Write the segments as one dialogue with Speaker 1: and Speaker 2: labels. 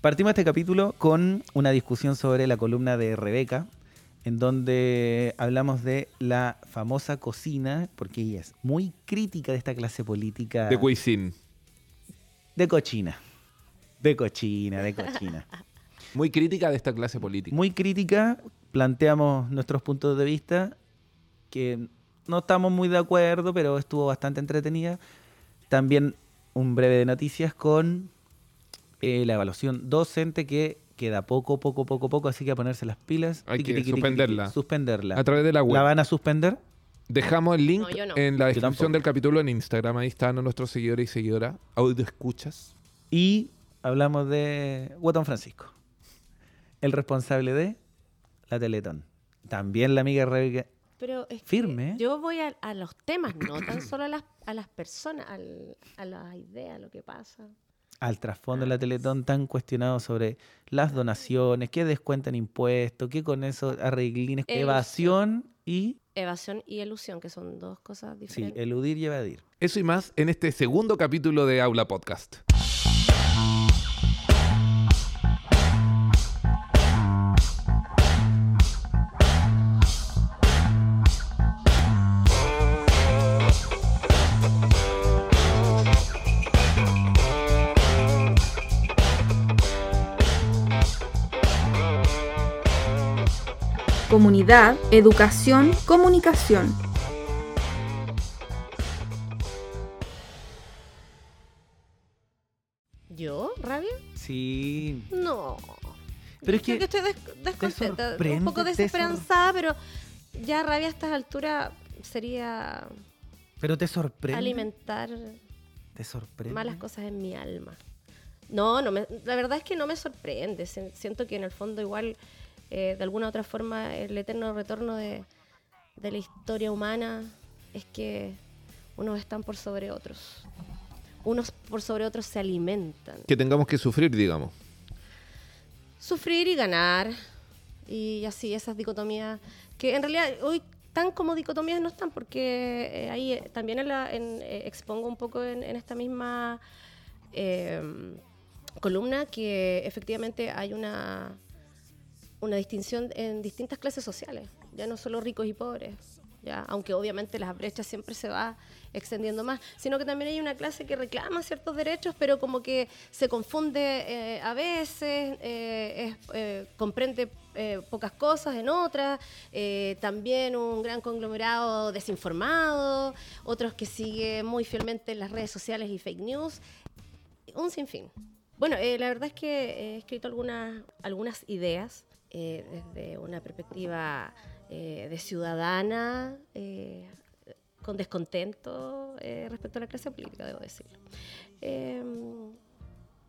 Speaker 1: Partimos este capítulo con una discusión sobre la columna de Rebeca, en donde hablamos de la famosa cocina, porque ella es muy crítica de esta clase política.
Speaker 2: De cuisine.
Speaker 1: De cochina. De cochina, de cochina.
Speaker 2: Muy crítica de esta clase política.
Speaker 1: Muy crítica, planteamos nuestros puntos de vista, que no estamos muy de acuerdo, pero estuvo bastante entretenida. También un breve de noticias con eh, la evaluación docente que queda poco, poco, poco, poco, así que a ponerse las pilas.
Speaker 2: Hay
Speaker 1: Tiqui,
Speaker 2: que
Speaker 1: tiqui, tiqui,
Speaker 2: suspenderla.
Speaker 1: tiqui, suspenderla.
Speaker 2: A través de la web.
Speaker 1: ¿La van a suspender?
Speaker 2: Dejamos el link
Speaker 3: No, yo no.
Speaker 2: en la descripción
Speaker 1: tampoco.
Speaker 2: del capítulo en Instagram. Ahí están nuestros seguidores y seguidoras. Audio escuchas.
Speaker 1: Y hablamos de Guatón Francisco, el responsable de la Teletón. También la amiga Rebeca.
Speaker 3: Pero es que
Speaker 1: Firme, ¿eh?
Speaker 3: Yo voy a, a los temas, no tan solo a las, a las personas, al- a las ideas, a lo que pasa.
Speaker 1: Al trasfondo de la Teletón tan cuestionado sobre las donaciones, qué descuentan impuestos, qué con eso arreglines,
Speaker 3: Elusión.
Speaker 1: evasión y
Speaker 3: Evasión y ilusión, que son dos cosas
Speaker 1: sí, eh.
Speaker 3: diferentes.
Speaker 1: eludir y evadir.
Speaker 2: Eso y más en este segundo capítulo de Aula Podcast.
Speaker 4: Comunidad, educación, comunicación.
Speaker 3: ¿Yo? ¿Rabia?
Speaker 1: Sí.
Speaker 3: No.
Speaker 1: Pero es que-
Speaker 3: Creo que estoy des- descontenta,
Speaker 1: sorprende,
Speaker 3: un poco
Speaker 1: te sor-
Speaker 3: desesperanzada, pero ya rabia a estas alturas sería
Speaker 1: Pero te sorprende.
Speaker 3: alimentar
Speaker 1: Te sorprende.
Speaker 3: malas cosas en mi alma. No, no me- la verdad es que no me sorprende. Si- Siento que en el fondo igual, eh, de alguna u otra forma, el eterno retorno de, de la historia humana es que unos están por sobre otros. Unos por sobre otros se alimentan.
Speaker 2: Que tengamos que sufrir, digamos.
Speaker 3: Sufrir y ganar. Y así, esas dicotomías que en realidad hoy tan como dicotomías no están porque eh, ahí eh, también en la- en, eh, expongo un poco en, en esta misma eh, columna que efectivamente hay una, una distinción en distintas clases sociales, ya no solo ricos y pobres, ya, aunque obviamente las brechas siempre se va extendiendo más, sino que también hay una clase que reclama ciertos derechos, pero como que se confunde eh, a veces, eh, es, eh, comprende eh, pocas cosas en otras, eh, también un gran conglomerado desinformado, otros que sigue muy fielmente las redes sociales y fake news, un sinfín. Bueno, eh, la verdad es que he escrito algunas, algunas ideas eh, desde una perspectiva eh, de ciudadana, eh, con descontento eh, respecto a la clase política, debo decirlo. Eh,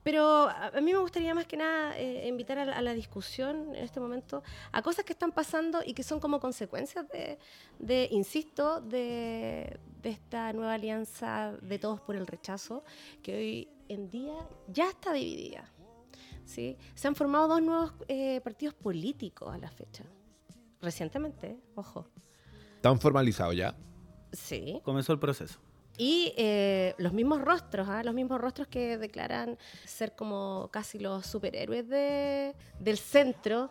Speaker 3: pero a a mí me gustaría más que nada eh, invitar a la, a la discusión en este momento a cosas que están pasando y que son como consecuencias de, de, insisto, de, de esta nueva alianza de todos por el rechazo, que hoy en día ya está dividida. ¿sí? Se han formado dos nuevos eh, partidos políticos a la fecha. Recientemente, ¿eh? ojo.
Speaker 2: Tan formalizado ya.
Speaker 3: Sí.
Speaker 1: Comenzó el proceso.
Speaker 3: Y eh, los mismos rostros, ¿ah? los mismos rostros que declaran ser como casi los superhéroes de, del centro.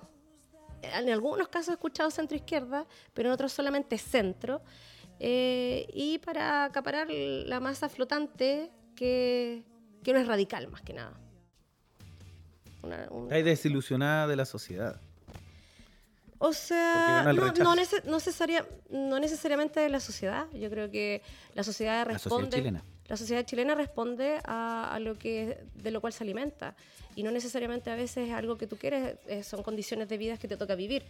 Speaker 3: En algunos casos he escuchado centro-izquierda, pero en otros solamente centro. Eh, y para acaparar la masa flotante que, que no es radical, más que nada. Una- una-
Speaker 1: Estás desilusionada de la sociedad.
Speaker 3: o
Speaker 1: Porque
Speaker 3: sea,
Speaker 1: gana
Speaker 3: no,
Speaker 1: el rechazo.
Speaker 3: no nece- no cesaria- no necesariamente de la sociedad. Yo creo que la sociedad
Speaker 1: La sociedad
Speaker 3: responde.
Speaker 1: chilena.
Speaker 3: la sociedad chilena responde a, a lo que de lo cual se alimenta. Y no necesariamente a veces algo que tú quieres eh, son condiciones de vida que te toca vivir.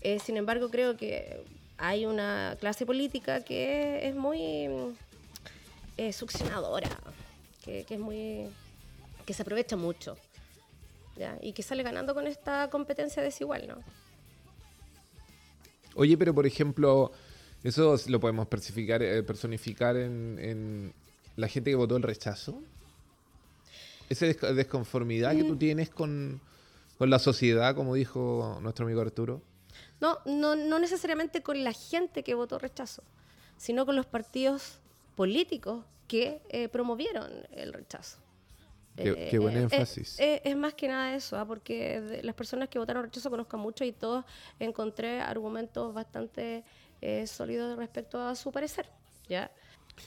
Speaker 3: Eh, sin embargo, creo que hay una clase política que es muy mm, eh, succionadora, que, que es muy que se aprovecha mucho. ¿ya? Y que sale ganando con esta competencia desigual, ¿no?
Speaker 2: Oye, pero por ejemplo, eso lo podemos persificar, eh, personificar en, en la gente que votó el rechazo. Esa des- desconformidad
Speaker 3: Mm.
Speaker 2: que tú tienes con, con la sociedad, como dijo nuestro amigo Arturo.
Speaker 3: No, no, no necesariamente con la gente que votó rechazo, sino con los partidos políticos que eh, promovieron el rechazo.
Speaker 2: Qué-
Speaker 3: Eh,
Speaker 2: qué buen
Speaker 3: eh, eh,
Speaker 2: énfasis.
Speaker 3: eh, es más que nada eso, ah, porque de las personas que votaron rechazo conozco mucho y todos encontré argumentos bastante eh, sólidos respecto a su parecer. ¿ya?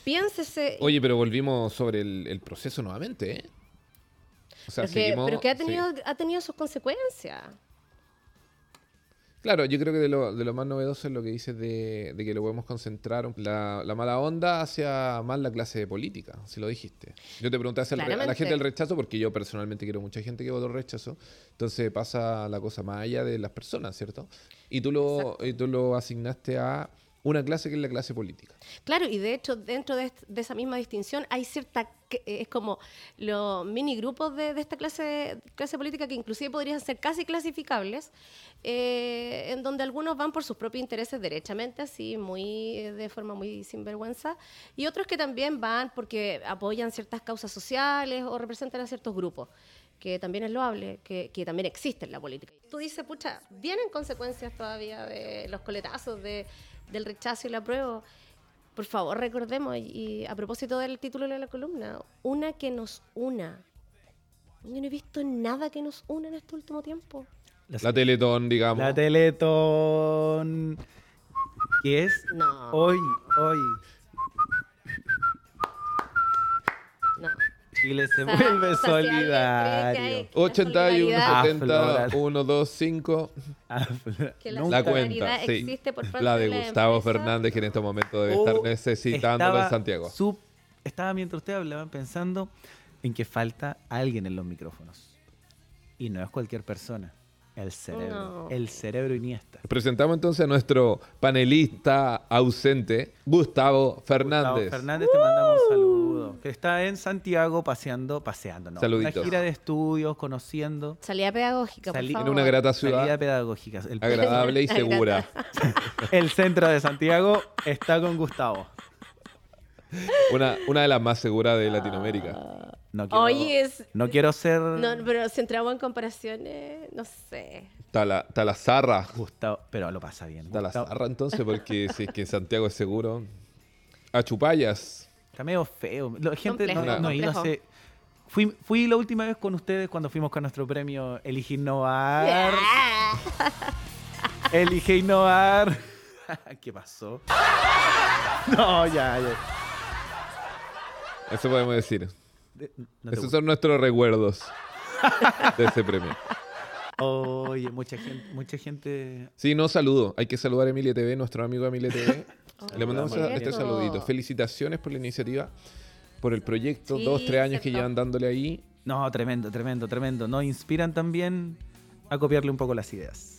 Speaker 3: Piénsese.
Speaker 2: Oye, pero volvimos sobre el, el proceso nuevamente, ¿eh? O sea,
Speaker 3: pero, que,
Speaker 2: seguimos-
Speaker 3: pero que ha
Speaker 2: sí.
Speaker 3: tenido, ha tenido sus consecuencias.
Speaker 2: Claro, yo creo que de lo, de lo más novedoso es lo que dices de, de que lo podemos concentrar la, la mala onda hacia más la clase de política, si lo dijiste. Yo te pregunté hacia el re- a la
Speaker 3: Claramente.
Speaker 2: gente del rechazo, porque yo personalmente quiero mucha gente que votó rechazo, entonces pasa la cosa más allá de las personas, ¿cierto? Y tú lo, y tú lo asignaste a una clase que es la clase política.
Speaker 3: Claro, y de hecho, dentro de, est- de esa misma distinción hay cierta. que- eh, Es como los mini grupos de, de esta clase, clase política que inclusive podrían ser casi clasificables, eh, en donde algunos van por sus propios intereses derechamente, así, muy eh, de forma muy sinvergüenza, y otros que también van porque apoyan ciertas causas sociales o representan a ciertos grupos, que también es loable, que, que también existe en la política. Tú dices, pucha, vienen consecuencias todavía de los coletazos, de- del rechazo y la prueba. Por favor, recordemos, y y a propósito del título de la columna, una que nos una. Yo no he visto nada que nos una en este último tiempo.
Speaker 1: La,
Speaker 2: La Teletón, digamos.
Speaker 1: la Teletón. Que es
Speaker 3: No.
Speaker 2: Oh,
Speaker 1: hoy, hoy.
Speaker 3: No.
Speaker 1: Chile se
Speaker 3: O sea,
Speaker 1: vuelve
Speaker 3: o sea, si alguien cree que
Speaker 1: solidario.
Speaker 3: hay- la
Speaker 2: 81,
Speaker 3: solidaridad-
Speaker 2: 70,
Speaker 1: Ah,
Speaker 2: 1, 2, 5.
Speaker 3: Que la
Speaker 1: Nunca.
Speaker 2: La cuenta,
Speaker 3: solidaridad
Speaker 2: sí.
Speaker 3: existe por parte
Speaker 2: La de
Speaker 3: de la
Speaker 2: Gustavo
Speaker 3: empresa.
Speaker 2: Fernández, que en este momento debe
Speaker 1: Oh,
Speaker 2: estar necesitándolo en
Speaker 1: estaba
Speaker 2: Santiago.
Speaker 1: sup- estaba mientras ustedes hablaban pensando en que falta alguien en los micrófonos. Y no es cualquier persona. El cerebro.
Speaker 3: No.
Speaker 1: El cerebro Iniesta.
Speaker 2: Presentamos entonces a nuestro panelista ausente, Gustavo Fernández.
Speaker 1: Gustavo Fernández, te mandamos un
Speaker 3: Uh.
Speaker 1: saludo. Que está en Santiago paseando, paseando, ¿no?
Speaker 2: Saluditos.
Speaker 1: Una gira de estudios, conociendo.
Speaker 3: Salida pedagógica,
Speaker 1: Salí-
Speaker 3: por
Speaker 2: En
Speaker 3: favor.
Speaker 2: una grata
Speaker 1: Salida
Speaker 2: ciudad,
Speaker 1: pedagógica. El,
Speaker 2: agradable y segura.
Speaker 1: el centro de Santiago está con Gustavo.
Speaker 2: Una, una de las más seguras de Latinoamérica.
Speaker 1: No quiero,
Speaker 3: Oye, es-
Speaker 1: no quiero ser
Speaker 3: No, pero si entramos en comparaciones, no sé.
Speaker 2: Está la, está la zarra.
Speaker 1: Gustavo, pero lo pasa bien.
Speaker 2: Está la
Speaker 1: Gustavo-
Speaker 2: zarra entonces, porque si es que Santiago es seguro. A Chupayas.
Speaker 1: Está medio feo. La gente
Speaker 3: Complejo,
Speaker 1: no, no he ido
Speaker 3: complejo.
Speaker 1: hace- Fui, fui la última vez con ustedes cuando fuimos con nuestro premio Elige Innovar.
Speaker 3: Ah.
Speaker 1: Elige Innovar. ¿Qué pasó? No, ya, ya.
Speaker 2: Eso podemos decir.
Speaker 1: De- no te
Speaker 2: Esos son nuestros recuerdos de ese premio.
Speaker 1: gusta. Oye, mucha gente, mucha gente.
Speaker 2: Sí, no saludo. Hay que saludar a Emilia TV, nuestro amigo Emilia TV. Le mandamos
Speaker 1: Hola,
Speaker 2: este
Speaker 1: Emilia.
Speaker 2: saludito. Felicitaciones por la iniciativa, por el proyecto.
Speaker 3: Sí,
Speaker 2: dos, tres años que
Speaker 3: cierto.
Speaker 2: llevan dándole ahí.
Speaker 1: No, tremendo, tremendo, tremendo. Nos inspiran también a copiarle un poco las ideas.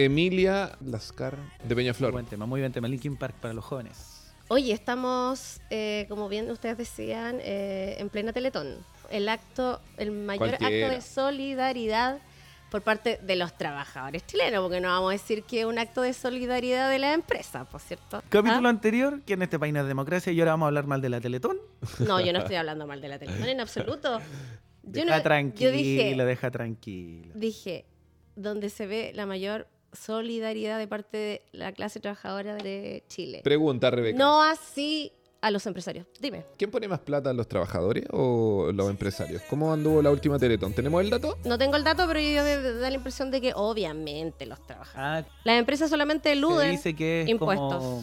Speaker 2: Emilia Lascar de
Speaker 1: Buen
Speaker 2: Peñaflor.
Speaker 1: tema, muy buen tema. Linkin Park para los jóvenes.
Speaker 3: Oye, estamos, eh, como bien ustedes decían, eh, en plena Teletón. El acto, el mayor
Speaker 2: Cualquiera.
Speaker 3: acto de solidaridad por parte de los trabajadores chilenos, porque no vamos a decir que es un acto de solidaridad de la empresa, por cierto.
Speaker 1: Capítulo
Speaker 3: ¿Ah?
Speaker 1: anterior, que en este país no es democracia, y ahora vamos a hablar mal de la Teletón.
Speaker 3: No, yo no estoy hablando mal de la Teletón en absoluto. Yo,
Speaker 1: deja
Speaker 3: no-
Speaker 1: tranquilo,
Speaker 3: yo dije,
Speaker 1: deja tranquilo.
Speaker 3: dije, donde se ve la mayor solidaridad de parte de la clase trabajadora de Chile.
Speaker 2: Pregunta, Rebeca.
Speaker 3: No así a los empresarios. Dime.
Speaker 2: ¿Quién pone más plata, los trabajadores o los empresarios? ¿Cómo anduvo la última Teletón? ¿Tenemos el dato?
Speaker 3: No tengo el dato, pero yo me da la impresión de que obviamente los trabajadores.
Speaker 1: Ah,
Speaker 3: Las empresas solamente
Speaker 1: se
Speaker 3: eluden.
Speaker 1: dice que es
Speaker 3: impuestos.
Speaker 1: como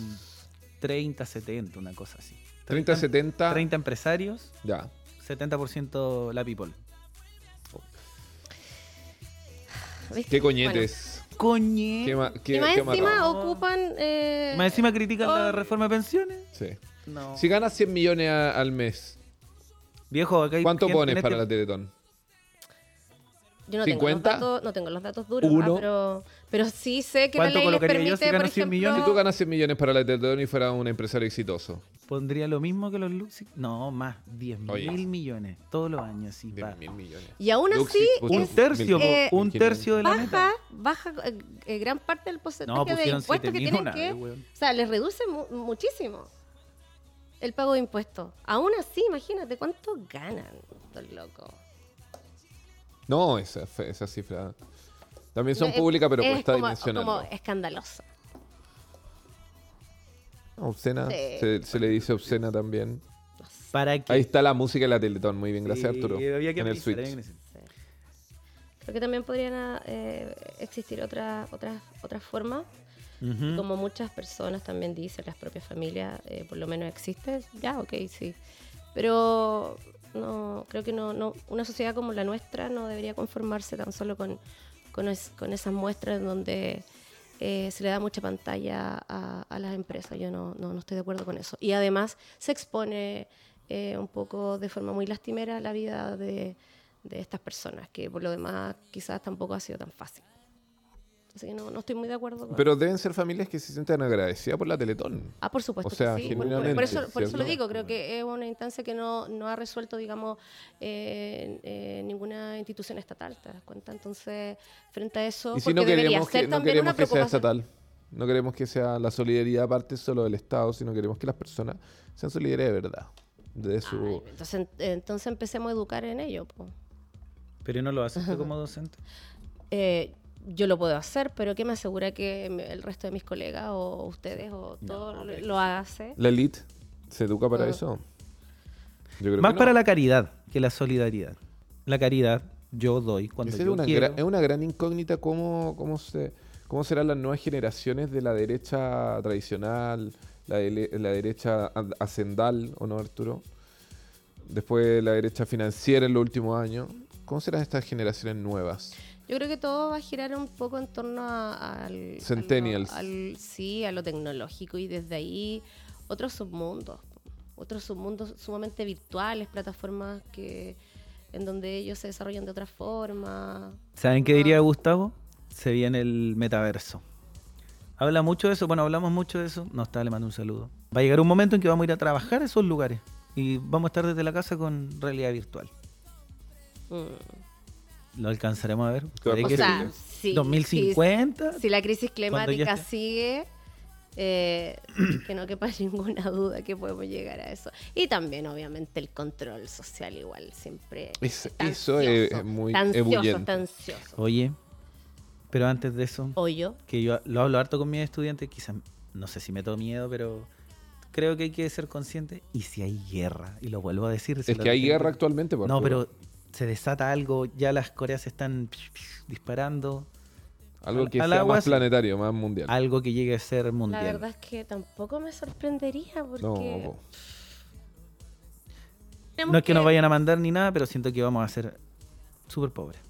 Speaker 1: 30, 70, una cosa así.
Speaker 2: 30, 70.
Speaker 1: 30 empresarios,
Speaker 2: Ya.
Speaker 1: 70% la people.
Speaker 3: ¿viste?
Speaker 2: ¿Qué coñetes?
Speaker 1: Coñe.
Speaker 2: ¿Qué ma- qué-
Speaker 3: Bueno, y
Speaker 2: qué
Speaker 3: más encima oh.
Speaker 2: amarrado?
Speaker 3: ocupan. eh,
Speaker 1: Más encima critican la reforma de pensiones.
Speaker 2: Sí.
Speaker 1: No.
Speaker 2: Si ganas 100 millones a- al mes,
Speaker 1: Viejo, acá hay
Speaker 2: ¿cuánto
Speaker 1: gente en
Speaker 2: pones
Speaker 1: este-
Speaker 2: para la Teletón?
Speaker 3: yo no
Speaker 2: 50,
Speaker 3: Tengo los datos, no tengo los datos duros,
Speaker 2: uno.
Speaker 3: ah, pero, pero sí sé que la
Speaker 1: ¿Cuánto
Speaker 3: ley les
Speaker 1: colocaría yo
Speaker 3: permite,
Speaker 1: si gano
Speaker 3: por
Speaker 1: 100
Speaker 3: ejemplo.
Speaker 1: millones?
Speaker 2: Si tú ganas 100 millones para la Teletón y fueras un empresario exitoso.
Speaker 1: ¿Pondría lo mismo que los Luxi? No, más. 10
Speaker 2: Oye.
Speaker 1: mil millones todos los años. sí,
Speaker 2: 10
Speaker 1: pa.
Speaker 2: Oh, mil millones.
Speaker 3: y aún así, eh,
Speaker 2: Luxi, puta,
Speaker 1: Un tercio,
Speaker 2: mil-
Speaker 1: po, un
Speaker 2: mil
Speaker 1: tercio de la
Speaker 3: baja,
Speaker 1: meta.
Speaker 3: baja eh, eh, gran parte del porcentaje
Speaker 1: No,
Speaker 3: de
Speaker 1: pusieron
Speaker 3: impuestos
Speaker 1: 7
Speaker 3: que
Speaker 1: mil
Speaker 3: tienen
Speaker 1: una
Speaker 3: que.
Speaker 1: vez, weón.
Speaker 3: O sea, les reduce mu- muchísimo el pago de impuestos. Aún así, imagínate cuánto ganan estos locos.
Speaker 2: No, esa, fe- esa cifra. También son
Speaker 3: No, es-
Speaker 2: públicas, pero
Speaker 3: Eh, es
Speaker 2: cuesta
Speaker 3: como,
Speaker 2: dimensionarlo.
Speaker 3: como eh, escandaloso.
Speaker 2: Obscena.
Speaker 3: Sí.
Speaker 2: Se, se le dice obscena también.
Speaker 3: No sé.
Speaker 1: Para que...
Speaker 2: Ahí está la música de la Teletón. Muy bien, gracias
Speaker 1: Sí,
Speaker 2: Arturo.
Speaker 1: había que
Speaker 2: en el
Speaker 1: analizar,
Speaker 2: Switch.
Speaker 1: había que analizar.
Speaker 3: Creo que también podrían eh, existir otras otras otras formas.
Speaker 1: Ujú.
Speaker 3: Como muchas personas también dicen, las propias familias, eh, por lo menos existe, ya, ok, sí. Pero no, creo que no, no, una sociedad como la nuestra no debería conformarse tan solo con, con, es- con esas muestras en donde eh, se le da mucha pantalla a, a las empresas. Yo no, no, no estoy de acuerdo con eso. Y además se expone eh, un poco de forma muy lastimera la vida de, de estas personas, que por lo demás quizás tampoco ha sido tan fácil. Así que no, no estoy muy de acuerdo con
Speaker 2: Pero deben ser familias que se sientan agradecidas por la Teletón.
Speaker 3: Ah, por
Speaker 2: O
Speaker 3: supuesto.
Speaker 2: sea,
Speaker 3: que sí. por-
Speaker 2: genuinamente,
Speaker 3: Por, eso, por eso lo
Speaker 2: ¿cierto?
Speaker 3: digo, creo que es una instancia que no, no ha resuelto, digamos, eh, eh, ninguna institución estatal, ¿te das cuenta? Entonces, frente a eso,
Speaker 2: Y si
Speaker 3: porque
Speaker 2: no
Speaker 3: debería
Speaker 2: queremos,
Speaker 3: ser
Speaker 2: que, no
Speaker 3: también
Speaker 2: queremos
Speaker 3: una
Speaker 2: que sea
Speaker 3: preocupación.
Speaker 2: estatal, no queremos que sea la solidaridad parte solo del Estado, sino queremos que las personas sean solidarias de verdad. De su...
Speaker 3: Ay, entonces, en- entonces empecemos a educar en ello. po.
Speaker 1: Pero no lo haces tú como docente.
Speaker 3: Eh, yo lo puedo hacer, pero ¿qué me asegura que me- el resto de mis colegas o ustedes o todo lo, lo hace?
Speaker 2: ¿La elite se educa para
Speaker 3: Ah.
Speaker 2: eso? Yo creo
Speaker 1: Más
Speaker 2: que no.
Speaker 1: para la caridad que la solidaridad. La caridad yo doy cuando
Speaker 2: Esa es
Speaker 1: yo
Speaker 2: una
Speaker 1: quiero.
Speaker 2: gra- es una gran incógnita cómo, cómo, se, cómo serán las nuevas generaciones de la derecha tradicional, la, dele- la derecha a- hacendal, ¿o no, Arturo? Después la derecha financiera en los últimos años. ¿Cómo serán estas generaciones nuevas?
Speaker 3: Yo creo que todo va a girar un poco en torno a- al...
Speaker 2: Centennials.
Speaker 3: a lo- al- sí, a lo tecnológico y desde ahí otros submundos. Otros submundos sumamente virtuales, plataformas que en donde ellos se desarrollan de otra forma.
Speaker 1: ¿Saben qué
Speaker 2: Ah.
Speaker 1: diría Gustavo? Se viene el metaverso. Habla mucho de eso, bueno, hablamos mucho de eso. No está, le mando un saludo. Va a llegar un momento en que vamos a ir a trabajar a esos lugares y vamos a estar desde la casa con realidad virtual.
Speaker 3: Mm.
Speaker 1: Lo alcanzaremos a ver. Puede
Speaker 2: O
Speaker 1: que
Speaker 2: sea,
Speaker 1: sí.
Speaker 3: sí,
Speaker 1: 2050.
Speaker 3: Si la crisis
Speaker 1: Cuando ya
Speaker 3: climática
Speaker 1: esté.
Speaker 3: sigue, eh, que no quepa ninguna duda que podemos llegar a eso. Y también, obviamente, el control social igual, siempre.
Speaker 2: Es-
Speaker 3: está
Speaker 2: eso es-
Speaker 3: ansioso,
Speaker 2: es muy
Speaker 3: está ansioso,
Speaker 2: ebullente.
Speaker 3: está ansioso.
Speaker 1: Oye, pero antes de eso,
Speaker 2: Oh.
Speaker 3: Hoyo.
Speaker 1: que yo lo hablo harto con mis estudiantes, quizás, no sé si me meto miedo, pero creo que hay que ser consciente. Y si hay guerra, y lo vuelvo a decir. se
Speaker 2: Es
Speaker 1: lo
Speaker 2: que hay
Speaker 1: dije-
Speaker 2: guerra actualmente. por
Speaker 1: No,
Speaker 2: Arturo.
Speaker 1: pero se desata algo, ya las Coreas se están disparando,
Speaker 2: Algo
Speaker 1: al-
Speaker 2: que
Speaker 1: al
Speaker 2: sea
Speaker 1: agua
Speaker 2: más
Speaker 1: sí.
Speaker 2: planetario, más mundial.
Speaker 1: algo que llegue a ser
Speaker 3: La
Speaker 1: mundial.
Speaker 3: verdad es que tampoco me sorprendería porque.
Speaker 2: No, po.
Speaker 3: tenemos
Speaker 1: no es que nos vayan a mandar ni nada, pero siento que vamos a ser súper pobres.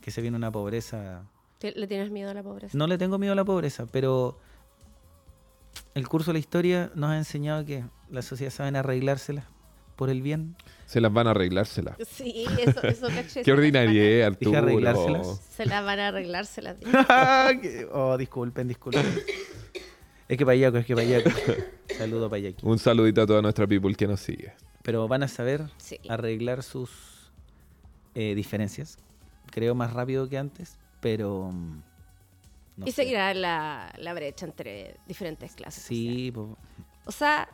Speaker 1: Que se viene una pobreza
Speaker 3: Te- Le tienes miedo a la pobreza.
Speaker 1: No le tengo miedo a la pobreza, pero el curso de la historia nos ha enseñado que las sociedades saben arreglárselas por el bien.
Speaker 2: se las van a arreglárselas.
Speaker 3: Sí, eso, eso caché.
Speaker 2: Qué ordinaria, eh, Arturo.
Speaker 1: Dije arreglárselas.
Speaker 3: Se las van a arreglar, se las digo.
Speaker 1: Que- oh, disculpen, disculpen. es que payaco, es que payaco. Saludo payaqui.
Speaker 2: Un saludito a toda nuestra people que nos sigue.
Speaker 1: Pero van a saber
Speaker 3: Sí.
Speaker 1: arreglar sus eh, diferencias, creo más rápido que antes, pero... mm, no
Speaker 3: y
Speaker 1: sé.
Speaker 3: seguirá la, la brecha entre diferentes clases.
Speaker 1: Sí, po-
Speaker 3: sociales. O sea,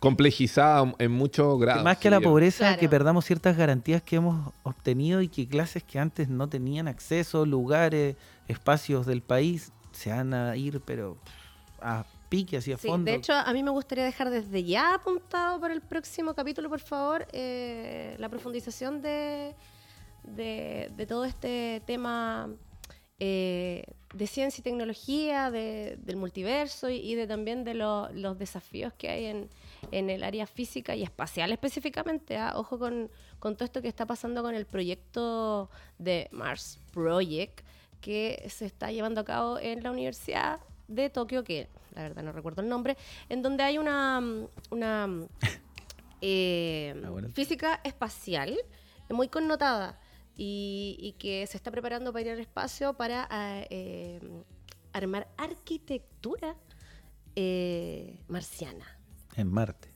Speaker 2: Complejizada en muchos grados.
Speaker 1: más que la
Speaker 2: sí,
Speaker 1: pobreza,
Speaker 3: Claro.
Speaker 1: que perdamos ciertas garantías que hemos obtenido y que clases que antes no tenían acceso, lugares, espacios del país, se van a ir, pero a pique, hacia
Speaker 3: Sí,
Speaker 1: fondo.
Speaker 3: de hecho, a mí me gustaría dejar desde ya apuntado para el próximo capítulo, por favor, eh, la profundización de, de, de todo este tema eh, de ciencia y tecnología, de- del multiverso y, y de también de lo- los desafíos que hay en, en el área física y espacial específicamente. ah. Ojo con, con todo esto que está pasando con el proyecto de Mars Project que se está llevando a cabo en la Universidad de Tokio, que la verdad no recuerdo el nombre, en donde hay una, mm, una mm, eh,
Speaker 1: Ah, bueno.
Speaker 3: física espacial muy connotada y, y que se está preparando para ir al espacio para ah, eh, armar arquitectura eh, marciana.
Speaker 1: En Marte.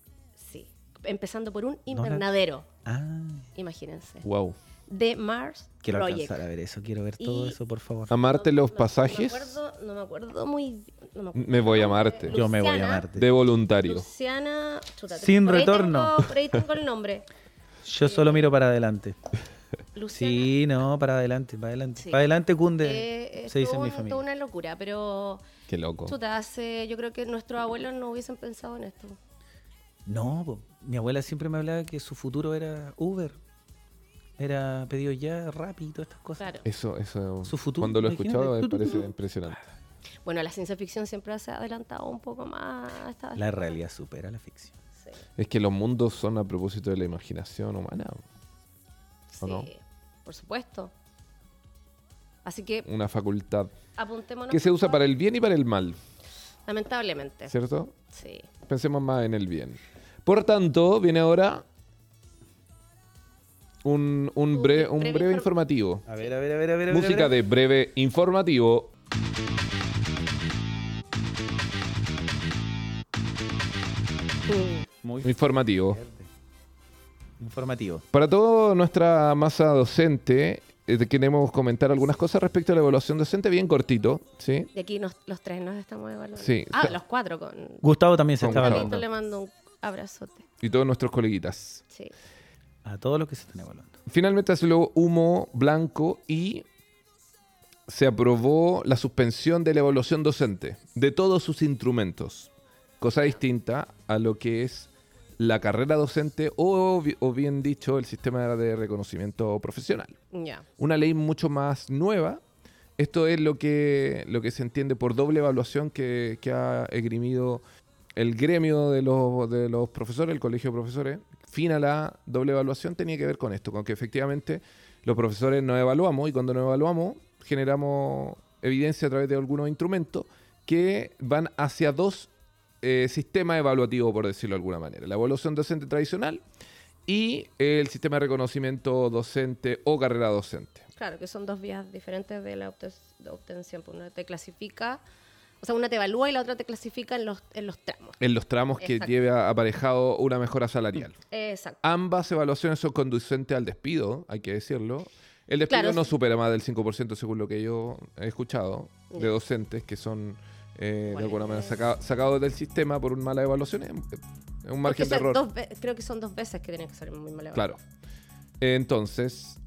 Speaker 3: Sí, empezando por un
Speaker 1: No la-
Speaker 3: invernadero,
Speaker 1: Ah,
Speaker 3: imagínense.
Speaker 2: Wow.
Speaker 3: De Mars
Speaker 1: quiero
Speaker 3: Project.
Speaker 1: alcanzar a ver eso, quiero ver todo
Speaker 3: Y-
Speaker 1: eso, por favor.
Speaker 2: Amarte los
Speaker 3: No-
Speaker 2: pasajes
Speaker 3: No, me acuerdo, no me acuerdo muy bien. no me acuerdo.
Speaker 2: Me voy a Marte.
Speaker 1: Yo me voy a
Speaker 3: Luciana-
Speaker 1: Marte.
Speaker 2: de voluntario.
Speaker 3: Luciana. chuta, te-
Speaker 1: Sin
Speaker 3: por ahí
Speaker 1: retorno.
Speaker 3: tengo- por ahí tengo el nombre.
Speaker 1: Yo solo miro para adelante.
Speaker 3: Luciana.
Speaker 1: Sí, no, para adelante, para adelante.
Speaker 3: Sí.
Speaker 1: Para adelante
Speaker 3: eh,
Speaker 1: cunde,
Speaker 3: es
Speaker 1: se dice
Speaker 3: todo
Speaker 1: en mi
Speaker 3: un-
Speaker 1: familia. Oh.
Speaker 3: toda una locura, pero.
Speaker 2: Qué loco.
Speaker 3: Chuta, hace, yo creo que nuestros abuelos no hubiesen pensado en esto.
Speaker 1: No, po. mi abuela siempre me hablaba que su futuro era Uber. Era pedido ya, Rappi y todas estas cosas.
Speaker 3: Claro.
Speaker 2: Eso, eso.
Speaker 1: Su futuro,
Speaker 2: Cuando lo he
Speaker 1: imagínate.
Speaker 2: escuchado me parece impresionante.
Speaker 3: Bueno, la ciencia ficción siempre se ha adelantado un poco más a esta-
Speaker 1: La realidad supera la ficción.
Speaker 3: Sí.
Speaker 2: Es que los mundos son a propósito de la imaginación humana. ¿O no?
Speaker 3: Sí, por supuesto. Así
Speaker 1: Eh.
Speaker 3: que
Speaker 2: Una facultad
Speaker 3: apuntémonos.
Speaker 2: que se
Speaker 3: por
Speaker 2: usa
Speaker 3: favor.
Speaker 2: para el bien y para el mal,
Speaker 3: Lamentablemente. Sí.
Speaker 2: ¿cierto? Pensemos más en el bien. Por tanto, viene ahora un, un
Speaker 3: Un
Speaker 2: bre-
Speaker 3: breve
Speaker 2: un breve,
Speaker 3: inform-
Speaker 2: informativo.
Speaker 1: A ver, a ver, a ver, a ver. a ver, a
Speaker 2: Música
Speaker 1: ver.
Speaker 2: de breve informativo.
Speaker 1: Muy
Speaker 2: Informativo.
Speaker 1: fuerte. Informativo.
Speaker 2: Para toda nuestra masa docente, eh, queremos comentar algunas cosas respecto a la evaluación docente, bien cortito, ¿sí?
Speaker 3: De aquí nos- los tres nos estamos evaluando.
Speaker 2: Sí.
Speaker 3: Ah,
Speaker 2: Sa-
Speaker 3: los cuatro con.
Speaker 1: Gustavo también se
Speaker 2: Con
Speaker 1: está
Speaker 2: Gustavo.
Speaker 1: evaluando.
Speaker 3: Carlito le mando un abrazote.
Speaker 2: Y todos nuestros coleguitas.
Speaker 3: Sí.
Speaker 1: A todos los que se están evaluando.
Speaker 2: Finalmente se logró humo blanco y se aprobó la suspensión de la evaluación docente de todos sus instrumentos. Cosa distinta a lo que es la carrera docente o, bi- o bien dicho el sistema de reconocimiento profesional.
Speaker 3: Ya.
Speaker 2: Una ley mucho más nueva. Esto es lo que, lo que se entiende por doble evaluación que, que ha esgrimido el gremio de los, de los profesores, el colegio de profesores, fin a la doble evaluación tenía que ver con esto, con que efectivamente los profesores nos evaluamos y cuando nos evaluamos generamos evidencia a través de algunos instrumentos que van hacia dos eh, sistemas evaluativos, por decirlo de alguna manera. La evaluación docente tradicional y el sistema de reconocimiento docente o carrera docente.
Speaker 3: Claro, que son dos vías diferentes de la obten- de obtención. pues Una te clasifica, o sea, una te evalúa y la otra te clasifica en los, en los tramos.
Speaker 2: En los tramos que
Speaker 3: Exacto.
Speaker 2: lleve a- aparejado una mejora salarial.
Speaker 3: Exacto.
Speaker 2: Ambas evaluaciones son conducentes al despido, hay que decirlo. El despido
Speaker 3: Claro,
Speaker 2: no
Speaker 3: sí.
Speaker 2: supera más del 5%, según lo que yo he escuchado, de
Speaker 3: Ya.
Speaker 2: docentes que son, eh, de
Speaker 3: Bueno,
Speaker 2: alguna manera,
Speaker 3: es-
Speaker 2: saca- sacados del sistema por una mala evaluación. Es es un
Speaker 3: Porque
Speaker 2: margen de
Speaker 3: son
Speaker 2: error.
Speaker 3: dos ve- creo que son dos veces que tienen que salir muy mal evaluados.
Speaker 2: Claro. Entonces,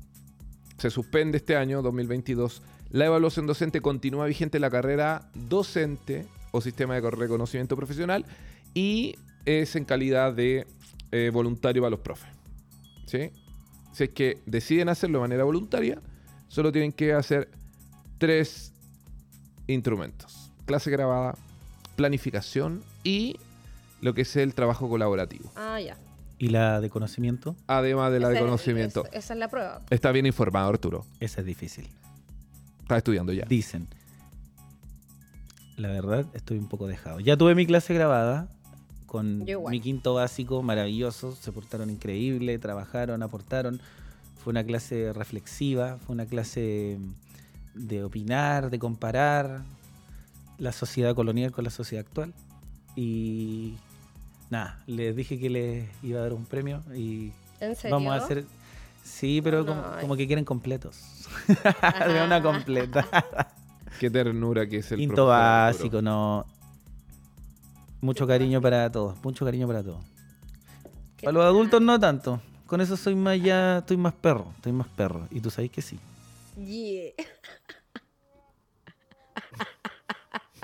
Speaker 2: se suspende este año, 2022. La evaluación docente continúa vigente en la carrera docente o sistema de reconocimiento profesional y es en calidad de eh, voluntario para los profes. ¿Sí? Si es que deciden hacerlo de manera voluntaria, solo tienen que hacer tres instrumentos. Clase grabada, planificación y lo que es el trabajo colaborativo.
Speaker 3: Ah, ya.
Speaker 1: ¿Y la de conocimiento?
Speaker 2: Además de la de
Speaker 3: Esa es-
Speaker 2: conocimiento.
Speaker 3: es- esa es la prueba.
Speaker 2: Está bien informado, Arturo.
Speaker 1: Esa es difícil.
Speaker 2: Está estudiando ya.
Speaker 1: Dicen. La verdad, estoy un poco dejado. Ya tuve mi clase grabada con
Speaker 3: Yo igual.
Speaker 1: mi quinto básico, maravilloso. Se portaron increíble, trabajaron, aportaron. Fue una clase reflexiva, fue una clase de opinar, de comparar la sociedad colonial con la sociedad actual. Y nada, les dije que les iba a dar un premio y
Speaker 3: ¿En serio?
Speaker 1: vamos a hacer... Sí, pero como,
Speaker 3: No.
Speaker 1: como que quieren completos. De una completa.
Speaker 2: Qué ternura que es el
Speaker 1: Quinto
Speaker 2: profesor Arturo.
Speaker 1: básico, no. Mucho cariño para todos, mucho cariño para todos.
Speaker 3: Qué
Speaker 1: Para los adultos no tanto. Con eso soy más ya, estoy más perro, estoy más perro. Y tú sabes que sí.
Speaker 3: Yeah.